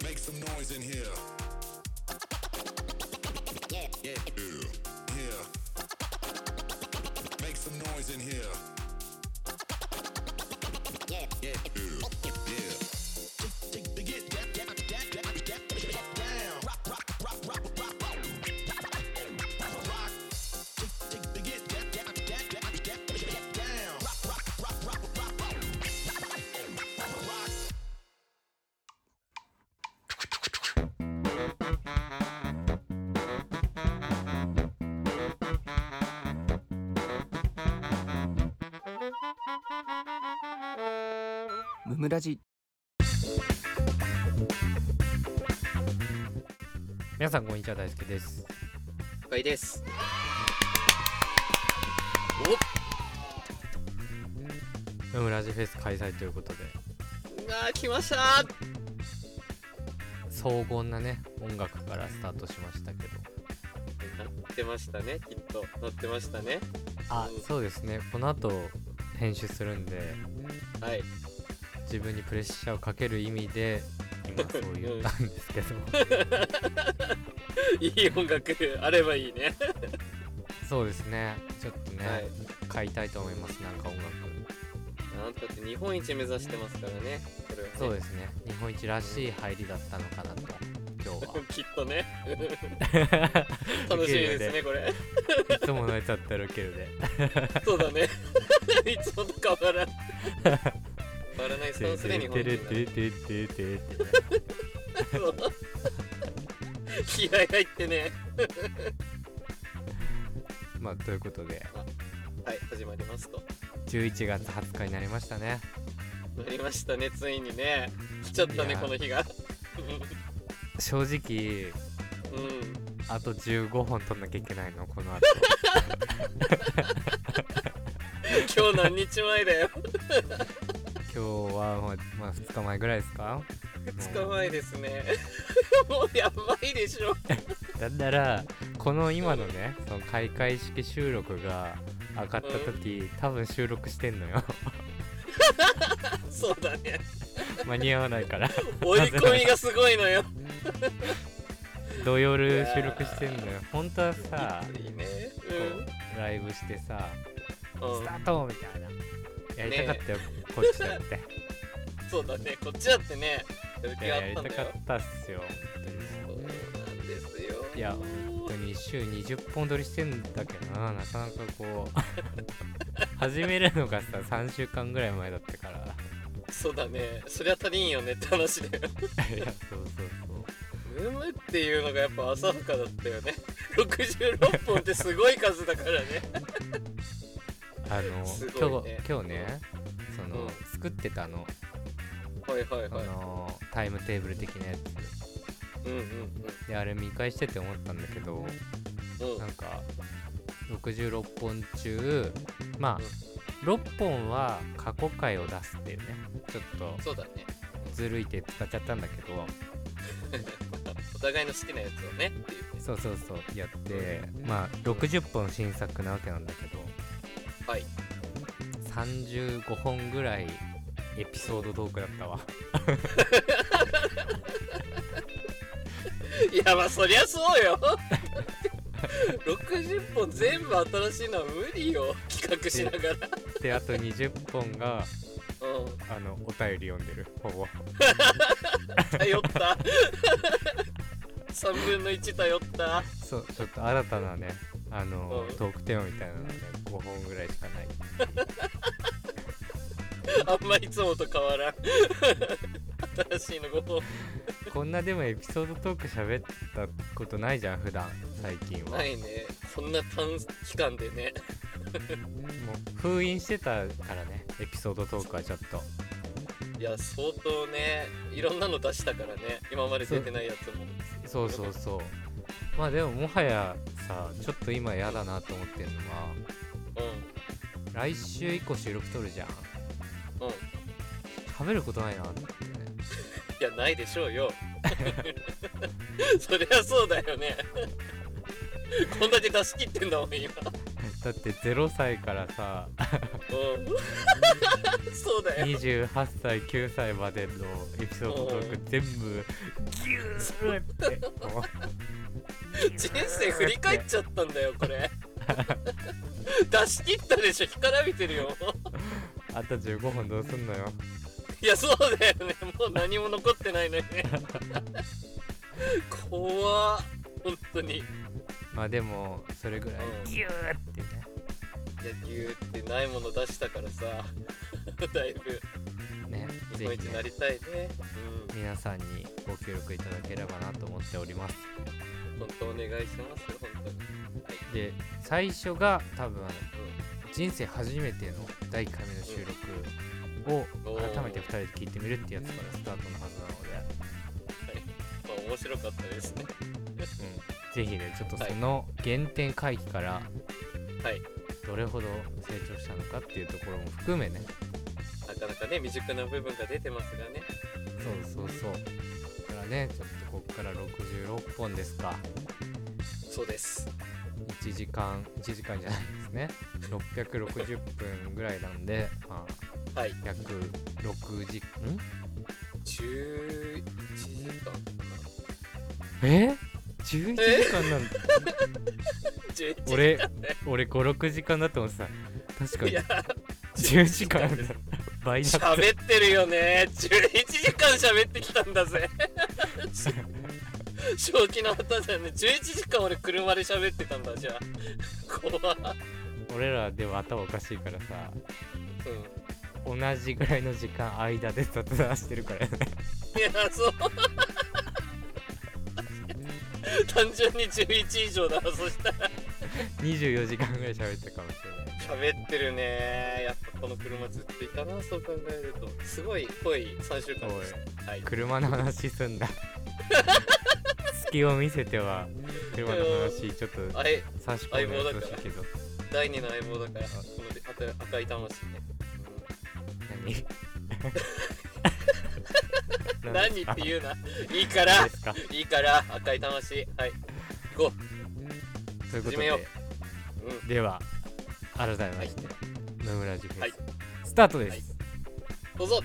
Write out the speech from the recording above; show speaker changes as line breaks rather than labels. noise in here.
Yeah.
Yeah. Here. Here. Make some noise in here.
Yeah.
Yeah. Here. Yeah.
Get down, down, down, down, down, down, down. Rock, rock, rock, rock, rock, rock. Rock. Get down, down, down, down, down, down, down. Rock, rock, rock, rock, rock, rock. Rock.
ムムラジ
皆さんこんにちは大輔です
深井です。
ムムラジフェス開催ということで
あー、来ましたー
荘厳なね音楽からスタートしましたけど
なってましたね、きっと。なってましたね。
あそうですねこの後編集するんで
はい。
自分にプレッシャーをかける意味で今そう言ったんですけど
いい音楽あればいいね。
そうですねちょっとね、
はい
買いたいと思いますなんか音楽
なんたって日本一目指してますからね。これはね
そうですね日本一らしい入りだったのかなと今日は
きっ とね。楽しみですね、これ。
いつものやつだったらウケるで
そうだね。 いつもと変わらん。変わらないスタンスで日本
てれ
人
てれてれてれてれってね
だ。気合入ってね。
まあということで
はい、始まりますと。
11月20日になりましたね
なりましたね、ついにね。来ちゃった
い
ね、
やー
この日が。
正直
うん。
あと15本取んなきゃいけないのこの後
今日何日前だよ
今日は、まあまあ、2日前ぐらいですか
2日前ですねもうやばいでしょ
だったらこの今のねその開会式収録が上がった時多分収録してんのよ
そうだね
間に合わないから
追い込みがすごいのよ
土曜日収録してんのよ本当はさ
いいね
こうライブしてさ
うん、う
ス
ん
タ、ートみたいなやりたかったよ、こっちだって
そうだねこっちだってねやる
い
気があ
やや
っ
り
たん
た
だ
か
よ
ったっすよ
そうなんですよ
いや本当に週20本撮りしてんだけどななかなかこ う始めるのがさ3週間ぐらい前だったから
そうだねそりゃ足りんよねって話だよ
いやそうそうそう
ムムっていうのがやっぱ浅はかだったよね66本ってすごい数だからね
あの、
すご
今
い
日
ね
今日ねその、
うん
作ってたの
はいはい
そ
はい
のタイムテーブル的なや
うんうん
つであれ見返してて思ったんだけど
うんうん
なんか66本中まあ6本は過去回を出すっていうねちょっと
そうだね
ずるいって使っちゃったんだけど
お互いの好きなやつをねっていうね
そうそうそうやってまあ60本新作なわけなんだけど
はい
35本ぐらいエピソードトークだったわ
いやまあそりゃそうよ60本全部新しいのは無理よ企画しながら
であと20本が
うん
あのお便り読んでるほぼ
頼った3分の1頼った
そうちょっと新たなねあの
うん
トークテーマみたいなのね5本ぐらいしかない
あんまいつもと変わらん新しいのごと
こんなでもエピソードトーク喋ったことないじゃん普段最近は、
ないねこんな短期間でね
もう封印してたからねエピソードトークはちょっと
いや相当ねいろんなの出したからね今まで出てないやつも
そうそうそうまあでももはやさちょっと今やだなと思ってるのは
う
来週以降収録取るじゃん
んうんい
喋ることないなって
やないでしょうよそりゃそうだよねこんだけ出し切ってんだもん今
だって0歳からさ
うんそうだよ
28歳9歳までのエピソードトーク全部ギューっても う
人生振り返っちゃったんだよこれ出し切ったでしょ干からびてるよ
あと15分どうすんのよ
いやそうだよねもう何も残ってないのにね怖っ本当にいや
まあでもそれぐらいギューってね
牛ってないもの出したからさだいぶ
ね
日本
ぜ
一
ひ
にな
ね
りたいね
皆さんにご協力いただければなと思っております
うん本当お願いしますよ本当にはい
で最初が多分
う
人生初めての第1回目の収録を
おー
改めて2人で聞いてみるってやつからスタートのはずなので、
んまあ面白かったですね
ぜひねちょっとその原点回帰から
はい
どれほど成長したのかっていうところも含めね
なかなかね未熟な部分が出てますがね
そうそうそうだからねちょっとこっから66本ですか
そうです
1時間1時間じゃないですね660分ぐらいなんでまあ
はい
約6時ん
11時間かな
え11時間なんだ
11時 間
俺俺56時間だと思ってた確か
い
に
や
10時間だ 倍だった
喋ってるよね11時間喋ってきたんだ ぜ正気の旗じゃね11時間俺車で喋ってたんだじゃあ怖っ
俺らでは頭おかしいからさ
うん
同じぐらいの時間間で雑談してるからね
いやそう単純に11以上だそしたら
24時間ぐらい喋ってたかもしれない
喋ってるねやっぱこの車ずっといたなそう考えるとすごい濃い3週間でしたはい
車の話す んだ隙を見せては車の話ちょっと
あれ
差し込んでやってほしいけど
第2の相棒だからこの赤赤い魂ね、うん
何
何
です
っ
か
て言うな。いいから
何で、す か
いいから、赤い魂。はい。行こ
ということ
始めよ
で
う。うん。
では改めまして、野村ジュフェス、
はい
スタートです、
はいどうぞ。